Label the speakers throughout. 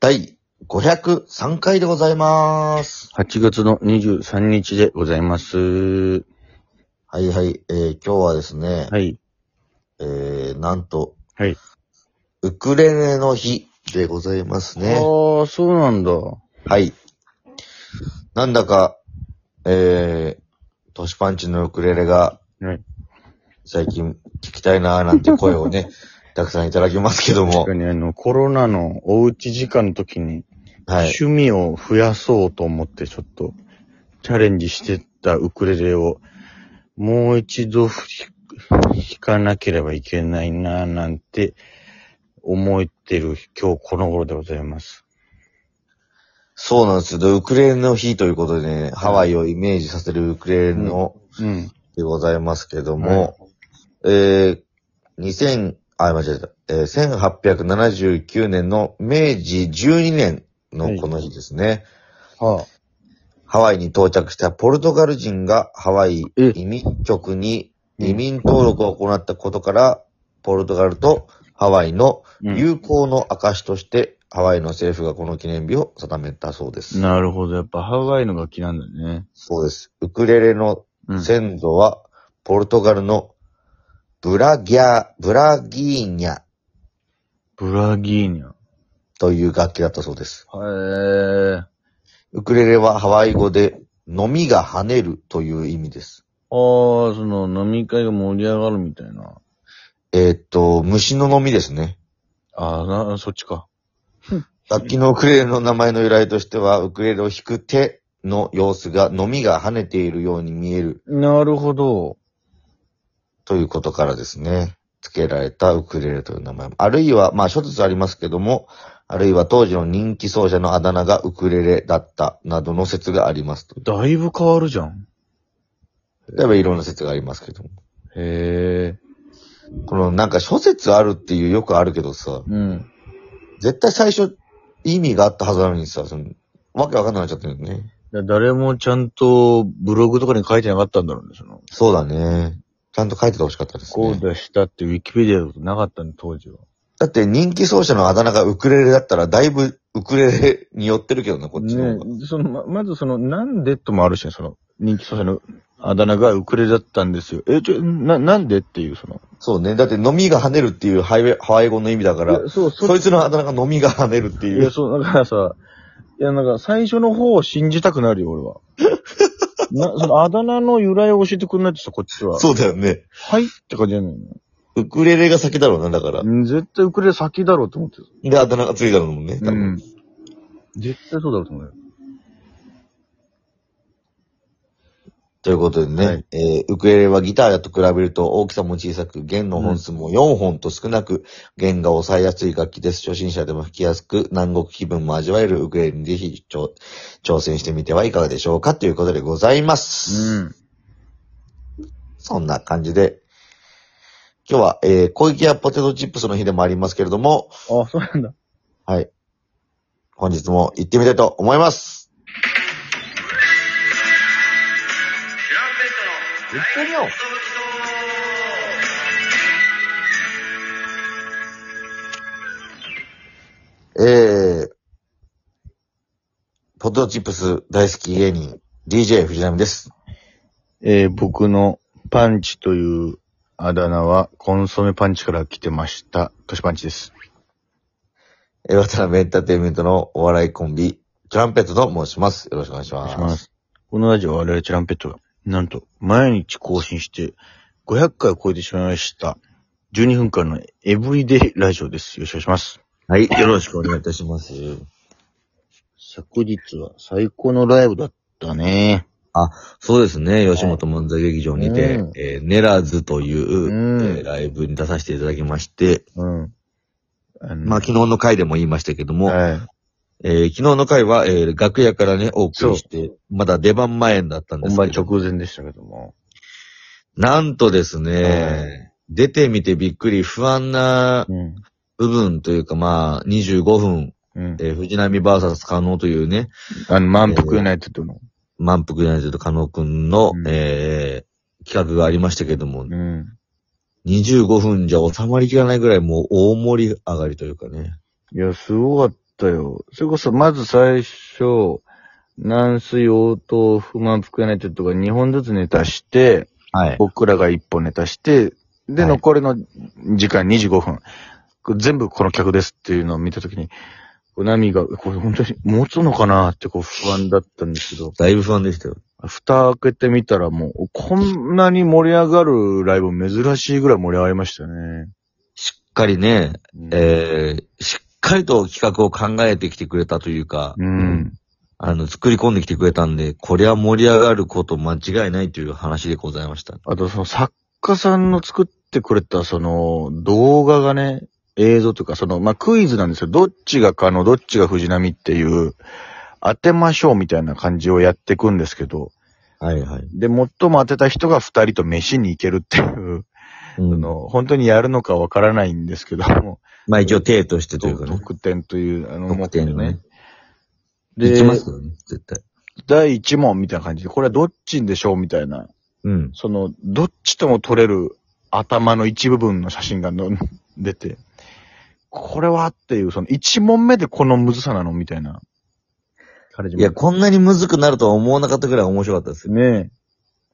Speaker 1: 第503回でございます。
Speaker 2: 8月の23日でございます。
Speaker 1: はいはい。えー今日はですね、
Speaker 2: はい。
Speaker 1: えーなんと、
Speaker 2: はい。
Speaker 1: ウクレレの日でございますね。
Speaker 2: ああ、そうなんだ。
Speaker 1: はい。なんだか、えー、トシパンチのウクレレが、
Speaker 2: はい
Speaker 1: 最近聞きたいなーなんて声を ね、たくさんいただきますけども
Speaker 2: 確か、にあの、コロナのおうち時間の時に、
Speaker 1: はい。
Speaker 2: 趣味を増やそうと思って、ちょっと、チャレンジしてたウクレレを、もう一度ふ弾かなければいけないな、なんて、思ってる今日この頃でございます。
Speaker 1: そうなんですよ。ウクレレの日ということでね、ハワイをイメージさせるウクレレの、
Speaker 2: うん。
Speaker 1: でございますけども、えー、2000、あ、間違えた、えー、1879年の明治12年のこの日ですね、
Speaker 2: はあ。
Speaker 1: ハワイに到着したポルトガル人がハワイ
Speaker 2: え
Speaker 1: 移民局に移民登録を行ったことから、ポルトガルとハワイの友好の証として、ハワイの政府がこの記念日を定めたそうです。
Speaker 2: なるほど。やっぱハワイの楽器なんだね。
Speaker 1: そうです。ウクレレの
Speaker 2: うん
Speaker 1: 先祖は、ポルトガルのブラギャー、ブラギーニャ
Speaker 2: ブラギーニャ。
Speaker 1: という楽器だったそうです。
Speaker 2: へえ。
Speaker 1: ウクレレはハワイ語で、飲みが跳ねるという意味です。
Speaker 2: ああ、その飲み会が盛り上がるみたいな。
Speaker 1: えーっと、虫の飲みですね。
Speaker 2: ああ、な、そっちか。
Speaker 1: 楽器のウクレレの名前の由来としては、ウクレレを弾く手の様子が、飲みが跳ねているように見える
Speaker 2: なるほど。
Speaker 1: ということからですね、付けられたウクレレという名前も。あるいは、まあ諸説ありますけども、あるいは当時の人気奏者のあだ名がウクレレだったなどの説がありますと。
Speaker 2: だいぶ変わるじゃん。
Speaker 1: 例えばいろんな説がありますけども。
Speaker 2: へえ。
Speaker 1: このなんか諸説あるっていうよくあるけどさ、
Speaker 2: うん。
Speaker 1: 絶対最初意味があったはずなのにさ、そのわけわかんなくなっちゃってるよね。
Speaker 2: だ誰もちゃんとブログとかに書いてなかったんだろうね、その。
Speaker 1: そうだね。ちゃんと書いててほしかったです
Speaker 2: こう
Speaker 1: ね。
Speaker 2: でしたってウィキペディアのことなかったの、当時は。
Speaker 1: だって人気奏者のあだ名がウクレレだったらだいぶウクレレに寄ってるけどな、こっちの方が。
Speaker 2: ね、その、ま、まずその、なんでともあるしね、その、人気奏者のあだ名がウクレレだったんですよ。え、ちょ、な、なんでっていう、その。
Speaker 1: そうね。だって飲みが跳ねるっていうハイウェハワイ語の意味だから
Speaker 2: い、やそう、そ
Speaker 1: そいつのあだ名が飲みが跳ねるって
Speaker 2: い
Speaker 1: い
Speaker 2: や、
Speaker 1: う。
Speaker 2: そう、だからさ、いや、なんか最初の方を信じたくなるよ、俺 は。な、そのあだ名の由来を教えてくんないってさ、こっちは。
Speaker 1: そうだよね。
Speaker 2: はいって感じじゃないの
Speaker 1: ウクレレが先だろうな、だから。
Speaker 2: うん絶対ウクレレ先だろうと思ってる。
Speaker 1: で、あだ名がついたのもんね。多分。
Speaker 2: 絶対そうだろうと思うよ。
Speaker 1: ということでね、
Speaker 2: はい
Speaker 1: えーウクレレはギターと比べると大きさも小さく、弦の本数も4本と少なく、弦が抑えやすい楽器です。初心者でも弾きやすく、南国気分も味わえるウクレレにぜひ挑挑戦してみてはいかがでしょうかということでございます。
Speaker 2: うん。
Speaker 1: そんな感じで、今日は、えー、小池やポテトチップスの日でもありますけれども、
Speaker 2: あ、そうなんだ。
Speaker 1: はい。本日も行ってみたいと思います。行ってみようえー、ポテトチップス大好き芸人、DJ 藤波です。
Speaker 2: えー僕のパンチというあだ名は、コンソメパンチから来てました。トシパンチです。
Speaker 1: えー渡辺エンターテインメントのお笑いコンビ、トランペットと申します。よろしくお願いし
Speaker 2: お
Speaker 1: ま
Speaker 2: 願い
Speaker 1: す。
Speaker 2: します。このラジオは我々チランペットが、なんと、毎日更新して、500回を超えてしまいました。12分間のエブリデイラジオです。よろしくお願いします。
Speaker 1: はい。よろしくお願いいたします。
Speaker 2: 昨日は最高のライブだったね。
Speaker 1: そうですね。吉本漫才劇場にて、
Speaker 2: うん
Speaker 1: えーネラーズという、
Speaker 2: うん
Speaker 1: えーライブに出させていただきまして、
Speaker 2: うん。あの
Speaker 1: まあ昨日の回でも言いましたけども、
Speaker 2: はい。
Speaker 1: えー昨日の回は、えー楽屋からね、お送りして、まだ出番前だったんです
Speaker 2: 本
Speaker 1: け
Speaker 2: 番
Speaker 1: ど、
Speaker 2: 直前でしたけども。
Speaker 1: なんとですね、出てみてびっくり不安な
Speaker 2: うん。
Speaker 1: 部分というか、まあ25分、
Speaker 2: うん。
Speaker 1: えー藤波 VS 加納というね、
Speaker 2: あの、満腹ユナイテッドの。
Speaker 1: 満腹じゃないけど加納くんの、
Speaker 2: うん
Speaker 1: えー企画がありましたけども、
Speaker 2: うん。
Speaker 1: 25分じゃ収まりきらないぐらいもう大盛り上がりというかね。
Speaker 2: いや、すごかっったよ。それこそ、まず最初、軟水応答不満福ネテとか2本ずつネタして、
Speaker 1: はい。
Speaker 2: 僕らが1本ネタして、で、
Speaker 1: はい
Speaker 2: 残りの時間25分。これ全部この客ですっていうのを見たときに、こうナミが、これ本当に持つのかなってこう不安だったんですけど、
Speaker 1: だいぶ不安でしたよ。
Speaker 2: 蓋開けてみたらもう、こんなに盛り上がるライブ珍しいぐらい盛り上がりましたね。
Speaker 1: しっかりね、
Speaker 2: うん
Speaker 1: えー、しっかりと企画を考えてきてくれたというか、
Speaker 2: うん。
Speaker 1: あの、作り込んできてくれたんで、これは盛り上がること間違いないという話でございました。
Speaker 2: あと、その作家さんの作ってくれた、その、動画がね、映像というか、その、まあ、クイズなんですよ。どっちが狩野、どっちが藤波っていう、当てましょうみたいな感じをやっていくんですけど、
Speaker 1: はいはい。
Speaker 2: で、最も当てた人が二人と飯に行けるっていう、
Speaker 1: う
Speaker 2: あ
Speaker 1: ん、
Speaker 2: の、本当にやるのかわからないんですけども、
Speaker 1: まあ一応手としてというかね。
Speaker 2: 特典という、あの、
Speaker 1: 得点
Speaker 2: もう
Speaker 1: ね。。
Speaker 2: で
Speaker 1: いきますよね、絶対。
Speaker 2: 第一問みたいな感じで、これはどっちんでしょうみたいな、
Speaker 1: うん。
Speaker 2: その、どっちとも撮れる頭の一部分の写真がの出て、これはっていう、その一問目でこのむずさなのみたいな。彼
Speaker 1: いや、こんなにむずくなるとは思わなかったぐらい面白かったですよ。
Speaker 2: ね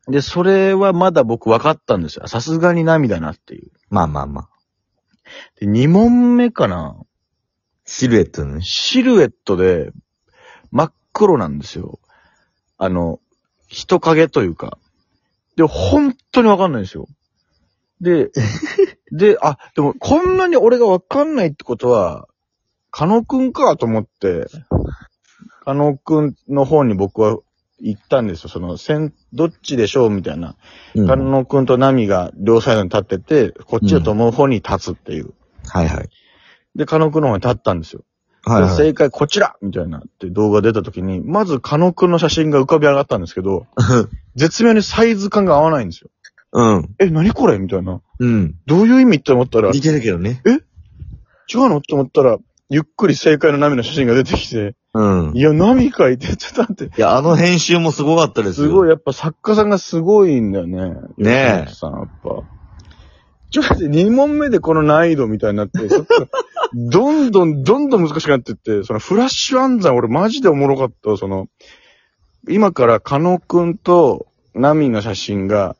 Speaker 2: え。で、それはまだ僕分かったんですよ。さすがに涙なっていう。
Speaker 1: まあまあまあ。
Speaker 2: で、二問目かな
Speaker 1: シルエットね。
Speaker 2: シルエットで真っ黒なんですよ。あの、人影というか。で、本当にわかんないんですよ。 で、で、あ、でもこんなに俺がわかんないってことは、カノくんかと思って、カノくんの方に僕は行ったんですよ。その、せん、どっちでしょうみたいな。
Speaker 1: うん
Speaker 2: カ
Speaker 1: は
Speaker 2: ノくんとナミが両サイドに立ってて、こっちだと思う方に立つっていう。
Speaker 1: いはい。
Speaker 2: で、カノくんの方に立ったんですよ。
Speaker 1: はい
Speaker 2: で
Speaker 1: はい。
Speaker 2: 正解こちらみたいなって動画出た時に、まずカノ君の写真が浮かび上がったんですけど、絶妙にサイズ感が合わないんですよ。
Speaker 1: うん。
Speaker 2: え、何これみたいな。
Speaker 1: うん。
Speaker 2: どういう意味って思ったら、違
Speaker 1: 似てるけどね。
Speaker 2: うのって思ったら、ゆっくり正解のナミの写真が出てきて、
Speaker 1: うん。
Speaker 2: い
Speaker 1: い
Speaker 2: や、ナミかいって、ちょっと待って。
Speaker 1: や、あの編集もすごかったですよ。
Speaker 2: すごい、やっぱ作家さんがすごいんだよね。
Speaker 1: ねえ
Speaker 2: 吉本さん、やっぱ。ちょっと待って、2問目でこの難易度みたいにな って、そっからどんどん、どんどん難しくなってって、そのフラッシュ暗算、俺マジでおもろかったわ、その、今から加納くんとナミの写真が、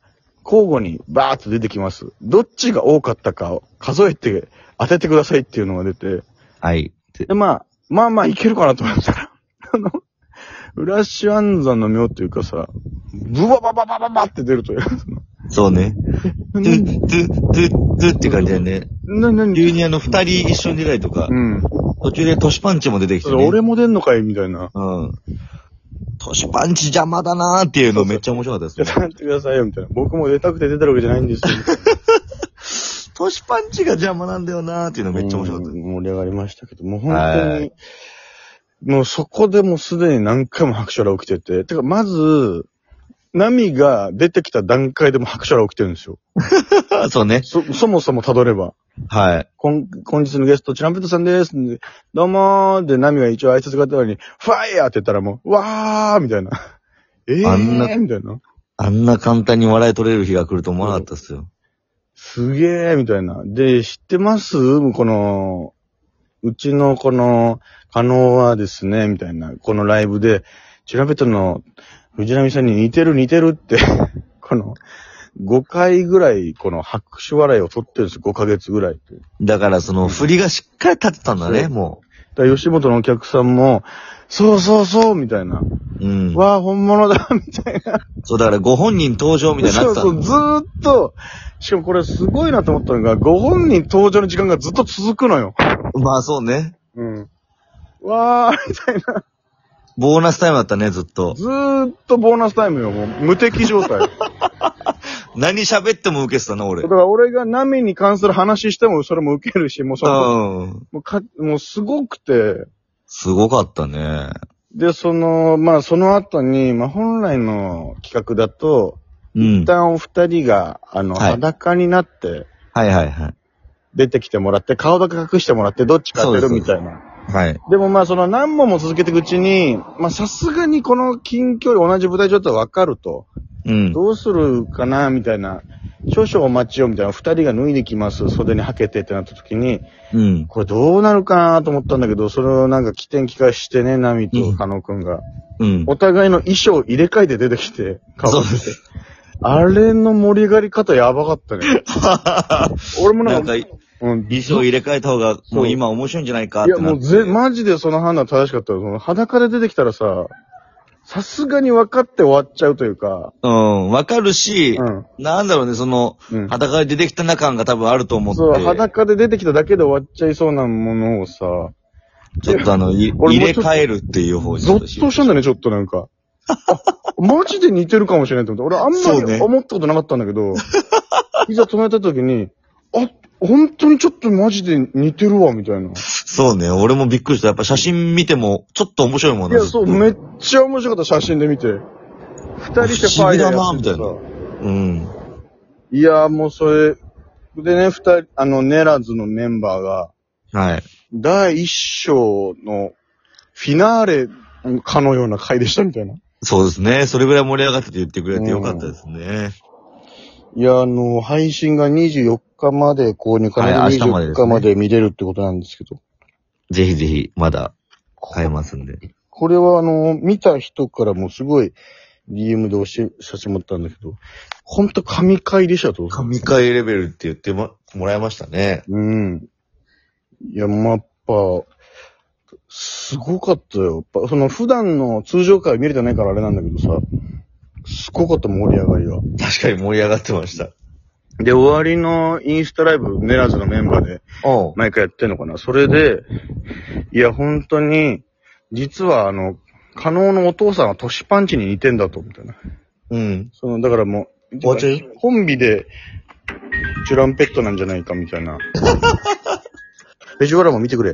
Speaker 2: 交互にバーッと出てきます。どっちが多かったかを数えて当ててくださいっていうのが出て、
Speaker 1: はい。
Speaker 2: で、まあ、まあまあいけるかなと思ったら、あの、フラッシュ暗算の妙というかさ、ブワバババババって出るという。
Speaker 1: そうね。
Speaker 2: な
Speaker 1: ドゥ、ドゥ、ドゥ、ドゥって感じだよね。
Speaker 2: な、なに
Speaker 1: 急にあの、二人一緒に出たりとか
Speaker 2: う、ん。
Speaker 1: 途中でトシパンチも出てきて、ね。
Speaker 2: 俺も出んのかいみたいな。
Speaker 1: うん。トシパンチ邪魔だなーっていうのめっちゃ面白かった
Speaker 2: ちょ
Speaker 1: です
Speaker 2: っと
Speaker 1: よ。
Speaker 2: 待ってくださいよ、みたいな。僕も出たくて出てるわけじゃないんですよ。
Speaker 1: トシパンチが邪魔なんだよなーっていうのめっちゃ面白かった
Speaker 2: うん盛り上がりましたけど、もう本
Speaker 1: は
Speaker 2: 当に
Speaker 1: い、
Speaker 2: もうそこでもうすでに何回も拍手が起きてて、てかまず、ナミが出てきた段階でも拍手が起きてるんですよ。
Speaker 1: です。そうね。
Speaker 2: そ、そもそも辿れば。
Speaker 1: はい。
Speaker 2: こん、本日のゲスト、チランペットさんです。どうもー。で、ナミが一応挨拶があったのに、ファイヤーって言ったらもう、わーみたいな。 えー
Speaker 1: あんな
Speaker 2: みたいな。
Speaker 1: あんな簡単に笑い取れる日が来ると思わなかったっすよ。
Speaker 2: すげーみたいな。で、知ってますこの、うちのこの、可能はですね、みたいな。このライブで、チランペットの藤波さんに似てる似てるって、 この、5回ぐらい、この拍手笑いを取ってるんですよ。5ヶ月ぐらい。
Speaker 1: だからその振りがしっかり立ってたんだ
Speaker 2: そ
Speaker 1: ね、
Speaker 2: う
Speaker 1: も
Speaker 2: だから吉本のお客さんも、そうそうそうみたいな。
Speaker 1: う。うん。
Speaker 2: わあ、本物だみたい
Speaker 1: そう、だからご本人登場みた
Speaker 2: な。
Speaker 1: いにな
Speaker 2: そ
Speaker 1: っ
Speaker 2: う
Speaker 1: てた
Speaker 2: そ
Speaker 1: ん
Speaker 2: う、
Speaker 1: だ
Speaker 2: ずーっと、しかもこれすごいなと思ったのが、ご本人登場の時間がずっと続くのよ。
Speaker 1: まあそうね。
Speaker 2: うん。わー、みたいな。
Speaker 1: ボーナスタイムだったね、ずっと。
Speaker 2: ずーっとボーナスタイムよ、もう。無敵状 態。だか
Speaker 1: 何喋っても受けてたな、俺。うん。
Speaker 2: ら俺がナミに関する話しても、それも受けるし、もうその、もうか、もうすごくて、
Speaker 1: すごかったね。
Speaker 2: で、その、まあ、その後に、まあ、本来の企画だと、
Speaker 1: うん
Speaker 2: 一。旦お二人が、あの、
Speaker 1: はい
Speaker 2: 裸になって、
Speaker 1: はいはいはい。
Speaker 2: 出てきてもらって、顔だけ隠してもらって、どっちか当てる
Speaker 1: そうで
Speaker 2: み
Speaker 1: すそ
Speaker 2: た
Speaker 1: う
Speaker 2: いな。
Speaker 1: はい。
Speaker 2: でもまあ、その何問も続けていくうちに、まあ、さすがにこの近距離同じ舞台上だとわかると、
Speaker 1: うん。
Speaker 2: どうするかな、みたいな少々お待ちをみたいな、二人が脱いできます、袖にはけてってなった時に、
Speaker 1: うん。
Speaker 2: これどうなるかなと思ったんだけど、それをなんか起点機化してね、ナミとカノくんが。
Speaker 1: うん。
Speaker 2: お互いの衣装入れ替えて出てきて、顔
Speaker 1: そう
Speaker 2: 出
Speaker 1: で
Speaker 2: て
Speaker 1: す。
Speaker 2: あれの盛り上がり方やばかったね。 俺も
Speaker 1: な
Speaker 2: なん
Speaker 1: ん
Speaker 2: か、
Speaker 1: か、
Speaker 2: うん、
Speaker 1: 衣装入れ替えた方が、もう今面白いんじゃないかっ
Speaker 2: い
Speaker 1: て
Speaker 2: や、
Speaker 1: な
Speaker 2: も
Speaker 1: っ
Speaker 2: う
Speaker 1: て。
Speaker 2: ぜ、マジでその判断正しかったよ。その裸で出てきたらさ、さすがに分かって終わっちゃうというか、
Speaker 1: うん、わかるし、
Speaker 2: うん
Speaker 1: なんだろうね、その、
Speaker 2: うん
Speaker 1: 裸で出てきたな感が多分あると思って。
Speaker 2: そう、裸で出てきただけで終わっちゃいそうなものをさ、
Speaker 1: ちょっとあの、い
Speaker 2: 俺
Speaker 1: 入
Speaker 2: も
Speaker 1: れ
Speaker 2: ちょっと
Speaker 1: 替えるっていう方に
Speaker 2: ゾッとしたんだね、ちょっとなんか。あマジで似てるかもしれないと思って。俺あ
Speaker 1: そうん
Speaker 2: ま
Speaker 1: ね
Speaker 2: り思ったことなかったんだ けど、いざ唱えた時に、あ、本当にちょっとマジで似てるわ、みたいな。い
Speaker 1: そうね、俺もびっくりした。やっぱ写真見ても、ちょっと面白いもんね。
Speaker 2: や、そう、めっちゃ面白かった、写真で見て。二人してファイヤーやっててさ
Speaker 1: 不思議だなみうん。
Speaker 2: いや、もうそれ、でね、二人、あの、ネラズのメンバーが、
Speaker 1: はい。
Speaker 2: 第一章のフィナーレかのような回でしたみたいな。
Speaker 1: そうですね。それぐらい盛り上がってて言ってくれてよかったですね。
Speaker 2: いや、あの、配信が24日まで購入かな
Speaker 1: はい
Speaker 2: り
Speaker 1: 明日まで
Speaker 2: 24
Speaker 1: ですね
Speaker 2: 日まで見れるってことなんですけど。
Speaker 1: ぜひぜひ、まだ、買えますんで。
Speaker 2: これはあの、見た人からもすごい DM で教えさせてもらったんだけど、ほんと神回でしたと。
Speaker 1: 神回レベルって言ってももらいましたね。
Speaker 2: うん。いや、まあ、やっぱ、すごかったよ。やっぱ、その普段の通常回見れてないからあれなんだけどさ、すごかった盛り上がりが。
Speaker 1: 確かに盛り上がってました。
Speaker 2: で、終わりのインスタライブ、ネラズのメンバーで、
Speaker 1: うん。
Speaker 2: 毎回やってんのかなそれで、いや、本当に、実はあの、加納のお父さんはトシパンチに似てんだと、みたいな。
Speaker 1: うん。
Speaker 2: その、だからもう、
Speaker 1: 終わっちゃい
Speaker 2: コンビで、 チュランペットなんじゃないか、みたいな。ベジュアラも見てくれ。